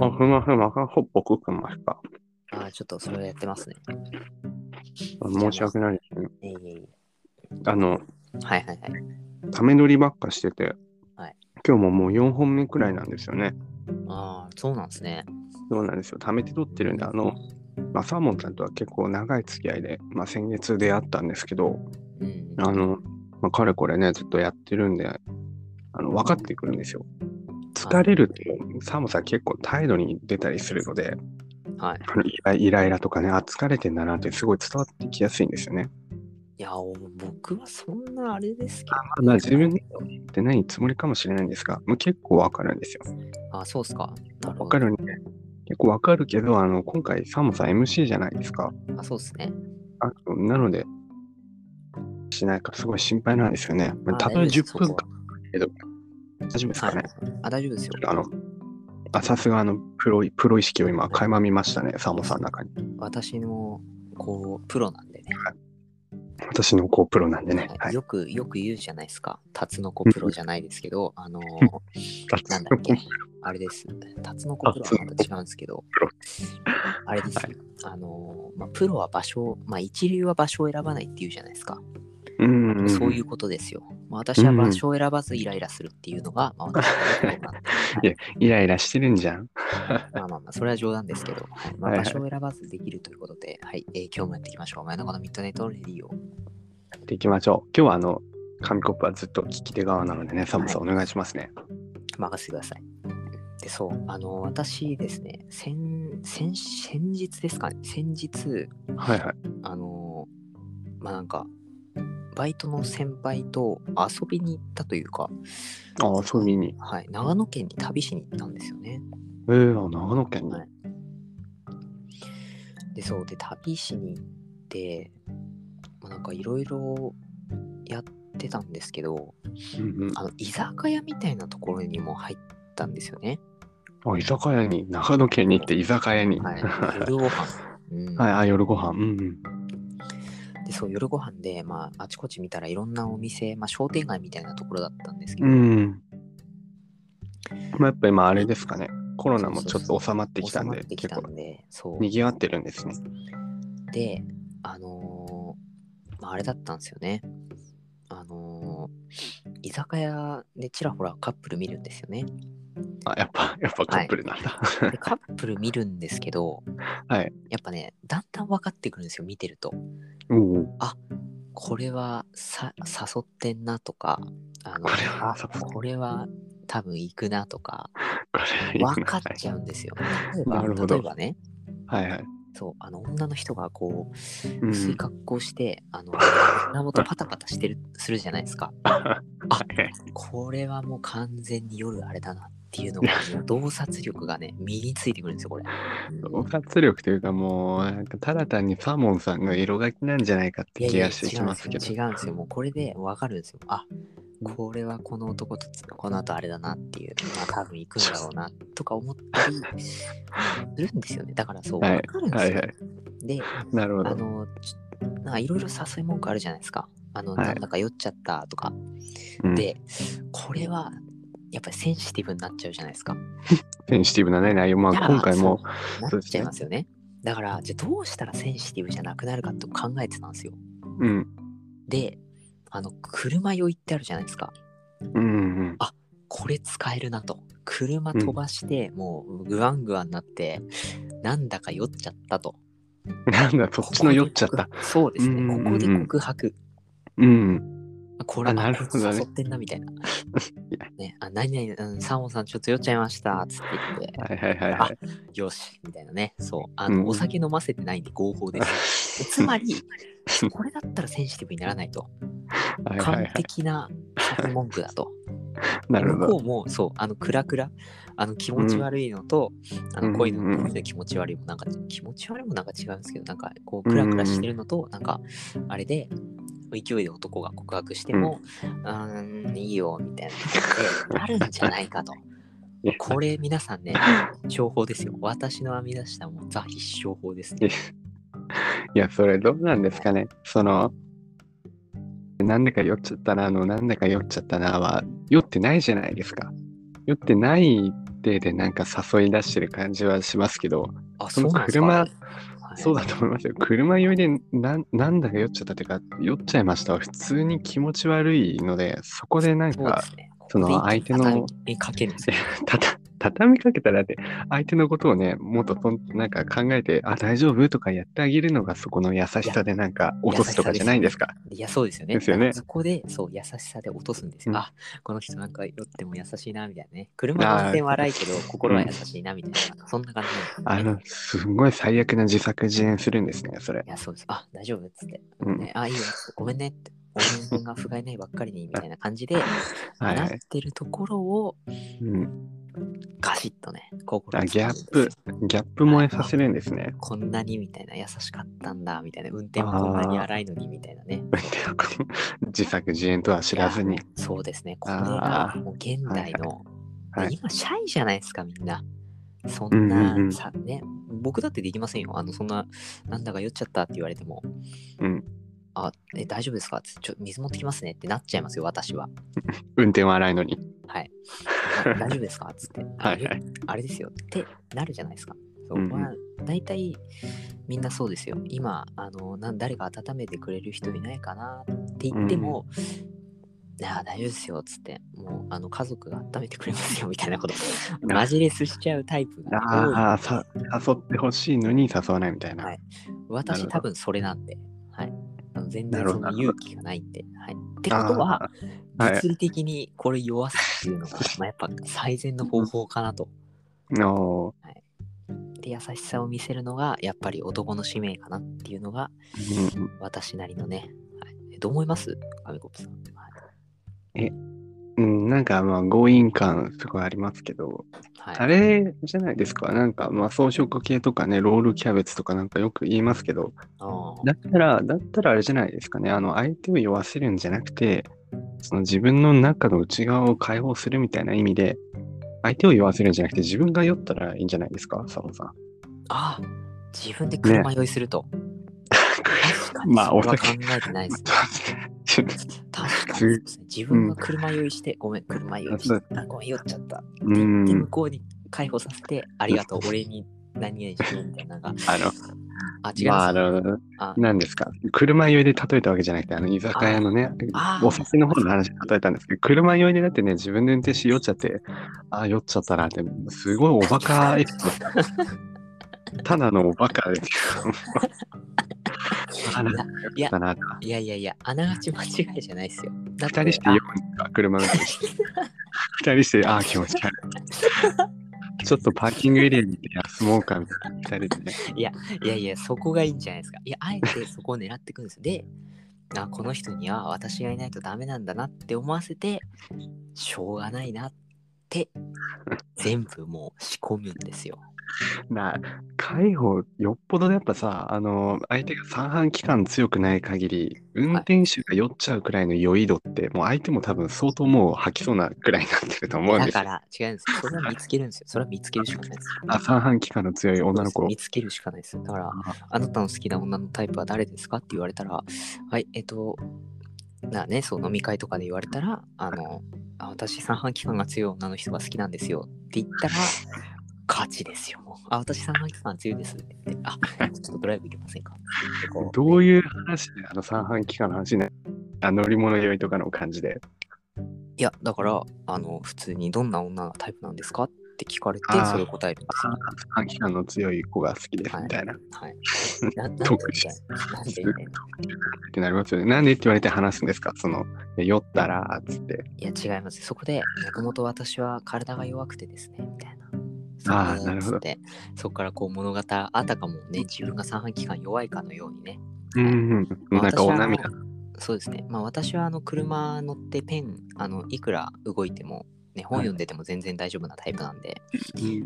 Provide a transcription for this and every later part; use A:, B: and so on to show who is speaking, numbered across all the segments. A: あ、ふまふまがほっぽくくましか。
B: ああ、ちょっとそれをやってますね。
A: 申し訳ないですね。
B: いえいえいえ
A: あの、
B: はいはいはい。
A: ため撮りばっかしてて、
B: はい
A: 今日ももう4本目くらいなんですよね。
B: ああ、そうなんですね。
A: そうなんですよ。ためて撮ってるんで、あの、まあ、サーモンさんとは結構長い付き合いで、まあ、先月出会ったんですけど、
B: うん。
A: あの、まあ、かれこれね、ずっとやってるんで、あの、分かってくるんですよ。疲れるって、サーモンさん結構態度に出たりするので、
B: はい。
A: あのイライライラとかね、あ、疲れてんだなってすごい伝わってきやすいんですよね。
B: いや、お僕はそんなあれですけど、
A: あまあ自分で言ってないつもりかもしれないんですが、もう結構わかるんですよ。
B: あ、そうっすか。なるほど。
A: わかるね。結構わかるけど、あの、今回サーモンさん MC じゃないですか。
B: あ、そうっすね。
A: あのなので、しないかすごい心配なんですよね。まあ
B: あ
A: たとえ
B: 大丈夫です
A: 10分
B: そこ
A: 間けど、大丈夫です
B: は
A: か
B: はい
A: ね。。
B: あ、大丈夫ですよ。
A: あの、あさすがあのプロ、プロ意識を今、垣間見ましたね、サーモンさんの中に。
B: 私の、こう、プロなんでね。
A: 私のこう、プロなんでね。
B: は
A: はいい。
B: よく、よく言うじゃないですか。タツノコプロじゃないですけど、あのー、なんだっけ、あれです。タツノコプロはまた違うんですけど
A: ロ、
B: あれですよ。あのー、まあ、プロは場所を、まあ、一流は場所を選ばないっていうじゃないですか。
A: うんんん。
B: そういうことですよ。まあ、私は場所を選ばずイライラするっていうのが、まあ、私 のことなんで、
A: イライラしてるんじゃん。
B: まあまあまあ、それは冗談ですけど、はいまあ、
A: はいは
B: 場
A: い
B: 所を選ばずできるということで、はい、えー今日もやっていきましょう。真夜中のミッドナイトレディオ。
A: やっていきましょう。今日はあの、紙コップはずっと聞き手側なのでね、サムさんお願いしますね。
B: 任せてください。で、そう、あの、私ですね、先、先、先日ですかね、先日、
A: はいはい。
B: あの、まあ、なんか、バイトの先輩と遊びに行ったというか、
A: ああ、そう見に。
B: はい、長野県に旅しに行ったんですよね。
A: ええー、長野県に。
B: はいで、そう、で、旅しに行って、まあ、なんかいろいろやってたんですけど、
A: うん
B: あの、居酒屋みたいなところにも入ったんですよね。
A: うん、あ居酒屋に、長野県に行って居酒屋に。、
B: はい 夜ご飯。うん
A: はい、あ、夜ご飯。うんうん。
B: でそう夜ご飯で、まあ、あちこち見たらいろんなお店、まあ、商店街みたいなところだったんですけ
A: う
B: ど、
A: ん。まあ、やっぱ今あれですかね。コロナもちょっと収まってき
B: 収
A: たん
B: ま
A: で、
B: ってき
A: 結
B: た
A: 構
B: んで、そう。
A: 賑わってるんですね。
B: で、あのーまあ、あれだったんですよね。あのー居酒屋でちらほらカップル見るんですよね。
A: あ、やっぱ、やっぱカップルなんだ。
B: で、カップル見るんですけど、
A: はい
B: やっぱね、だんだん分かってくるんですよ、見てると。
A: うんうん
B: これはさ誘ってんなとか、あの
A: これは
B: あこれは多分行くな とか、
A: これいいな
B: 分かっちゃうんですよ。例えば
A: なるほど
B: 例えばね、
A: はいはい。
B: そう、あの、女の人がこ
A: う
B: う、
A: ん
B: 薄い格好して、あの、胸元パタパタしてる、するじゃないですか。
A: はい
B: これはもう完全に夜あれだなっていうのが、もう洞察力がね、身についてくるんで すよ、これ。
A: 洞察力というかもうなんかただ単にサーモンさんの色書きなんじゃないかって
B: い
A: 気
B: やいや
A: がしてきますけど
B: 違うんですよ、違うんですよもうこれで分かるんですよ。あこれはこの男とつこの後あれだなっていう、まあ多分行くんだろうなとか思ったりするんですよね。だからそう、
A: はい
B: 分かるんです
A: はい
B: よ。
A: はい
B: で、
A: なるほ
B: あ
A: ど
B: の、ちなんかいろいろ誘い文句あるじゃないですか。あの、
A: はい
B: なんだか酔っちゃったとか。
A: うん
B: で、これは、やっぱりセンシティブになっちゃうじゃないですか。
A: センシティブなね内容ま
B: いや
A: あ今回も
B: そうな
A: そう
B: っ
A: です
B: ちゃ
A: ね
B: いますよね。だから、じゃあどうしたらセンシティブじゃなくなるかって考えてたんですよ。
A: うん
B: で、あの、車酔いってあるじゃないですか。
A: うんうん
B: これ使えるなと。車飛ばして、もうグワングワンになって、なんだか酔っちゃったと。
A: なんだそっちの酔っちゃった
B: ここで告白。そうで
A: う
B: す
A: んうんう
B: ね。
A: ん
B: ここで告白。
A: うん
B: これ
A: あなるほどね
B: 誘ってんなみた いな。ね、あ、何々、うん、サーモンさんちょっと酔っちゃいました、つって言っ
A: は
B: て、
A: いはいはいはい
B: よし、みたいなね。そう。あの、
A: うん
B: お酒飲ませてないんで合法 です。つまり、これだったらセンシティブにならないと。
A: はいはいは
B: 完
A: い
B: 璧な作文句だと。
A: なるほ
B: 向こ
A: ど
B: うも、そう、あの、クラクラ、あの、気持ち悪いのと、あ
A: うん
B: の、恋の、
A: うんうん
B: 恋の気持ち悪いも、なんか、気持ち悪いもなんか違うんですけど、なんか、こう、クラクラしてるのと、なんか、あれで、勢いで男が告白しても、うーん、いいよ、みたいな感じで、なるんじゃな いかと。
A: いや
B: これ、皆さんね、情報ですよ。私の編み出したもう、ザ必勝法ですね。
A: いやそれどうなんですかねそのなんだか酔っちゃったなのなんだか酔っちゃったなは酔ってないじゃないですか酔ってない定でなんか誘い出してる感じはしますけど、
B: あ、
A: そ
B: そう
A: の
B: なんですか、
A: 車
B: はい
A: そうだと思いますよ。車酔いでなんなんだか酔っちゃったというか、酔っちゃいましたは普通に気持ち悪いので、そこでなん
B: そうで
A: か
B: すね。
A: その相手の
B: ここで一気に畳みかけるんですよ。
A: たた畳みかけたらね、相手のことをね、もっととんなんか考えて、あ、大丈夫とかやってあげるのがそこの優しさでなんか落とすとかじゃないんですか。
B: いや、そうですよね。
A: ですよね
B: だからそこで、そう、優しさで落とすんですよ。
A: うん
B: あ、この人なんか酔っても優しいな、みたいなね。車は全然笑いけど、心は優しいな、みたいな。そんな感じなん
A: あ
B: ですね
A: の、すんごい最悪な自作自演するんですね、それ。
B: いや、そうです。あ、大丈夫っつって。
A: うん
B: ね、あ、いいよ。ごめんねって。俺が不甲斐ないばっかりに、みたいな感じで、
A: はい
B: なってるところを、
A: うん、
B: ガシッとね、心
A: あ
B: を
A: ギャ
B: つ
A: ッ
B: か
A: プ
B: むんですよ、
A: ギャップ萌えさせるんですね。
B: こんなにみたいな、優しかったんだ、みたいな。運転はこんなに荒いのに、みたいなね。
A: 自作自演とは知らずに。
B: そうですね。これが
A: あー
B: もう現代の、
A: はいはい
B: 今シャイじゃないですか、みんな。そ
A: うん
B: ん
A: うん
B: な
A: うん
B: さ、ね、僕だってできませんよ。あの、そんな、なんだか酔っちゃったって言われても、
A: うん
B: あ、え、大丈夫ですかってちょ、水持ってきますねってなっちゃいますよ、私は。
A: 運転は荒いのに。
B: はい。あ大丈夫ですかつって。あ
A: はいはい。
B: あれですよってなるじゃないですか。そう
A: うんうん
B: まあ、大体みんなそうですよ。今あのなん誰か温めてくれる人いないかなって言っても、いや大丈夫ですよっつってもうあの家族が温めてくれますよみたいなことマジレスしちゃうタイプが多い
A: ああ、さ誘ってほしいのに誘わないみたいな。
B: は
A: な
B: い
A: る
B: 私
A: ほど
B: 多分それなんで、はい、あの全
A: な
B: 然
A: るほ
B: そ
A: ど
B: の勇気がないんで、はい、ってことは
A: あはい
B: 物理的にこれ弱すっていうのが、まあ、やっぱ最善の方法かなと
A: ー、お
B: で優しさを見せるのがやっぱり男の使命かなっていうのが
A: ーうん
B: 私なりのね、はい、どう思いますアメコプさん、はい
A: うん、なんかまあ強引感すごいありますけど、
B: はい、
A: あれじゃないですか、なんかまあ装飾系とかね、ロールキャベツとかなんかよく言いますけど、
B: あー
A: だったら、だったらあれじゃないですかね、あの相手を酔わせるんじゃなくて、その自分の中の内側を解放するみたいな意味で、相手を酔わせるんじゃなくて自分が酔ったらいいんじゃないですか、佐野さん。
B: あ自分で車酔いすると、確かに
A: まあ
B: それは
A: お
B: 考
A: 酒
B: えてないですね
A: ちょっと
B: 確かにそうですね自分が車酔いして、ごめん車酔いし
A: そう
B: てあごめん酔っちゃったって
A: う
B: 言って
A: ん
B: 向、こうに解放させてありがとう俺に何々しようみたいなのが
A: あの、
B: あ違い
A: まあ、
B: ま
A: あ
B: す、
A: の、
B: あ
A: 何ですか、車酔いで例えたわけじゃなくて、あの居酒屋のね、
B: あー
A: お酒の方の話で例えたんですけど、車酔いでだってね、自分で運転して酔っちゃって、ああ、酔っちゃったなって、すごいおバカエピソー ド。ただのおバカですけど。あなんか酔ったなとか
B: いやいやいやあながち間違いじゃないですよだって
A: 二人して酔うんですか、車の運転して。二人して、ああ、気持ち悪い。ちょっとパーキングエリアに行って休もうかみたいな、二人でね。
B: いやいや、そこがいいんじゃないですか。いや、あえてそこを狙っていくんです。で、あこの人には私がいないとダメなんだなって思わせて、しょうがないなって、全部もう仕込むんですよ。
A: なあ、介護、よっぽどやっぱさ、あの、相手が三半規管強くない限り、運転手が酔っちゃうくらいの酔い度って、もう相手も多分相当もう吐きそうなくらいになってると思うん
B: だ
A: です
B: か
A: よ。
B: ら、違うんですよ。それは見つけるんですよ。それは見つけるしかないです。
A: あ、三半規管の強い女の子。
B: 見つけるしかないです。だから、あなたの好きな女のタイプは誰ですかって言われたら、はい、えっと、なあね、そう飲み会とかで言われたら、あの、あ私、三半規管が強い女の人が好きなんですよって言 ったら、勝ちですよ。もうあ、私、三半規管強いですって言って。あ、ちょっとドライブ行けませんかってこ
A: どういう話で、あの三半規管の話ね。あ乗り物酔いとかの感じで。
B: いや、だから、あの、普通にどんな女がタイプなんですかって聞かれて
A: あ、ー
B: それを答えるんです
A: 三
B: よ。
A: 半規管の強い子が好きですみたいな。っ
B: はい。ななんで
A: 特
B: みたいな。なんでみたいな。
A: てなりますよね。なんでって言われて話すんですかその、酔ったら、つって。
B: いや違います。そこで、もともと私は体が弱くてですね、みたいな。
A: あー
B: そう
A: なるほど
B: つってそこからこう物語、あたかもね、自分が三半規管弱いかのようにね。
A: うん、うん。なんかお
B: 私
A: 涙
B: は。そうですね。まあ私はあの車乗ってペン、あの、いくら動いても、ね、本読んでても全然大丈夫なタイプなんで、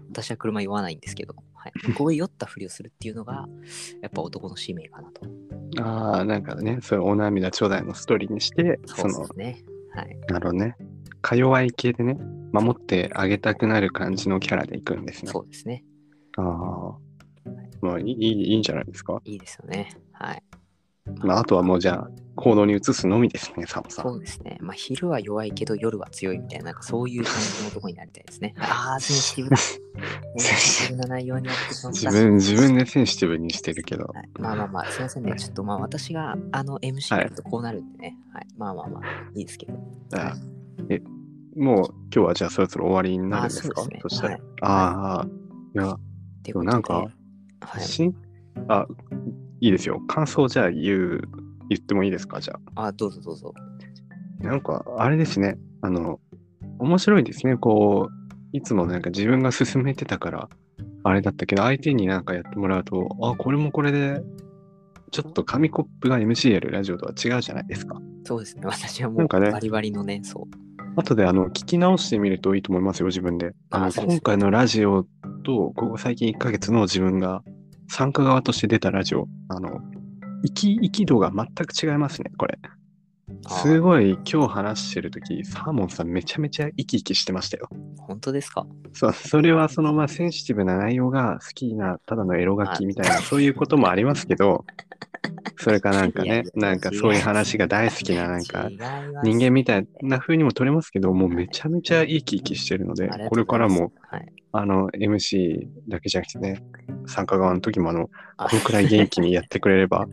B: 私は車酔わないんですけど、はい、こういう酔ったふりをするっていうのが、やっぱ男の使命かなと。
A: ああ、なんかね、そういうお涙ちょうだいのストーリーにして、そ
B: そ
A: うの
B: で、すね。はい。
A: なるほどね、か弱い系でね、守ってあげたくなる感じのキャラでいくんですね。
B: そうですね。
A: ああ。まあいい、いいいいんじゃないですか。
B: いいですよね。はい。
A: まあ、あとはもうじゃあ、行動に移すのみですね、サボさん。
B: そうですね。まあ、昼は弱いけど夜は強いみたいな、なんかそういう感じのとこになりたいです ね。ああ、センシ ティブだ。センシティブな内容になってしまった。
A: 自 分、自分でセンシティブにしてるけど。
B: はいまあまあまあ、すみませんね。ちょっとまあ私があの MC だとこうなるんでね。はい、まあまあまあ、いいですけど。
A: あえ、もう今日はじゃあそろそろ終わりになるんです
B: あ
A: か
B: そうですね
A: そしたら。
B: はい
A: ああ、いや、
B: でも
A: なんか、
B: はい。
A: しんあ、いいですよ。感想じゃあ言う、言ってもいいですかじゃ
B: あ、どうぞどうぞ。
A: あ。なんか、あれですね。あの、面白いですね。こう、いつもなんか自分が進めてたから、あれだったけど、相手になんかやってもらうと、あ、これもこれで、ちょっと紙コップが MC やるラジオとは違うじゃないですか。
B: そうですね。私はも
A: な
B: うん
A: かね
B: バリバリのね、そう。
A: 後であの聞き直してみるといいと思いますよ、自分で。あの
B: あそうです
A: 今回のラジオと、ここ最近1ヶ月の自分が参加側として出たラジオ、あの、生き、生き度が全く違いますね、これ。
B: あー
A: すごい、今日話してるとき、サーモンさんめちゃめちゃ生き生きしてましたよ。
B: 本当ですか
A: そう、それはその、まあ、センシティブな内容が好きな、ただのエロ書きみたいな、そういうこともありますけど、それかなんか
B: い
A: ね
B: やいや、
A: なんかそういう話が大好きな、なんか、
B: 違います
A: 人間みたいな風にも取れますけど、もうめちゃめちゃ生き生きしてるので
B: あり、が
A: ことれ
B: うご
A: か
B: ざ
A: ら
B: います
A: も、
B: はい、
A: あの、MC だけじゃなくてね、参加側の時も、あの、
B: あ
A: このくらい元気にやってくれれ ば、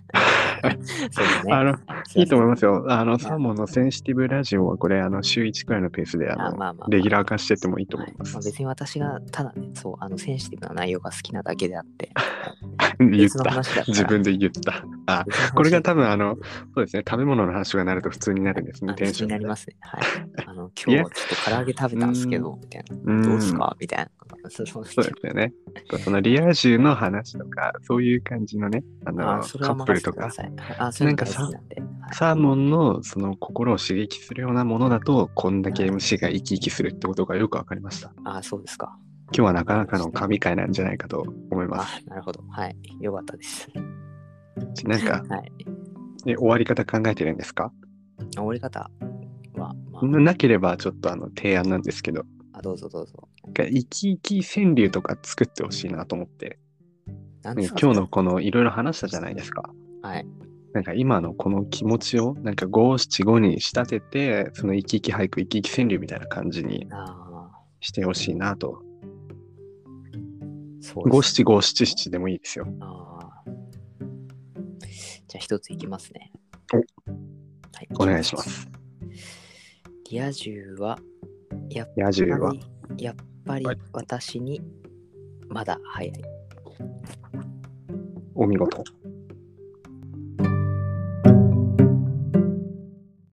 B: そうですね。。
A: あの、いいと思いますすよ。あの、サーモンのセンシティブラジオは、これ、あの、週1くらいのペースで、あ
B: あまあ
A: の、
B: まあまあ
A: レギュラー化してってもいいと思いま
B: はい
A: す
B: まあ、。別に私がただね、そう、あのセンシティブな内容が好きなだけであって、
A: 言っ
B: 別の
A: た。
B: 話だったら
A: 自分で言った。あ、
B: 別の話
A: これが多分、あの、そうですね、食べ物の話がなると普通になるんです
B: あ
A: ね、
B: の
A: テンシ
B: 気
A: ョ
B: にな
A: ン
B: り
A: が。
B: ますね。はい。あ の、
A: い
B: 今
A: や
B: 日ちょっと唐揚げ食べたんですけど、みたいな。
A: ん
B: どうすかみたいな。そう
A: そうですよね。そのリア充の話とか、そういう感じのね、あの
B: あ、それ
A: カッ
B: は
A: プ
B: 任
A: ル
B: せて
A: と
B: くだ
A: か、
B: さい。はいあ、それ
A: なんかさ
B: 大好きなんではい
A: サーモンのその心を刺激するようなものだと、こんだけ MC が生き生きするってことがよくわかりました。
B: あ、そうですか。
A: 今日はなかなかの神回なんじゃないかと思います。
B: あ、なるほど。はい。よかったです。
A: なんか、
B: はい。
A: え終わり方考えてるんですか
B: 終わり方は、ま
A: ななければちょっとあの提案なんですけど、
B: あ、あ、どうぞどうぞ。
A: なんか生き生き川柳とか作ってほしいなと思って、
B: 何
A: ね
B: ですか
A: 今日のこのいろいろ話したじゃないですか。
B: はい。
A: なんか今のこの気持ちをなんか五七五に仕立ててその生き生き俳句生き生き川柳みたいな感じに
B: ああ、
A: してほしいなと
B: そうで
A: 五
B: す。
A: 七五七七でもいいですよ
B: あーじゃあ一ついきますね。
A: お
B: はい、
A: お願いします。
B: リア充は、やっ
A: 野獣
B: ぱ
A: は
B: り、やっぱり
A: はい
B: 私にまだ早い。
A: お見事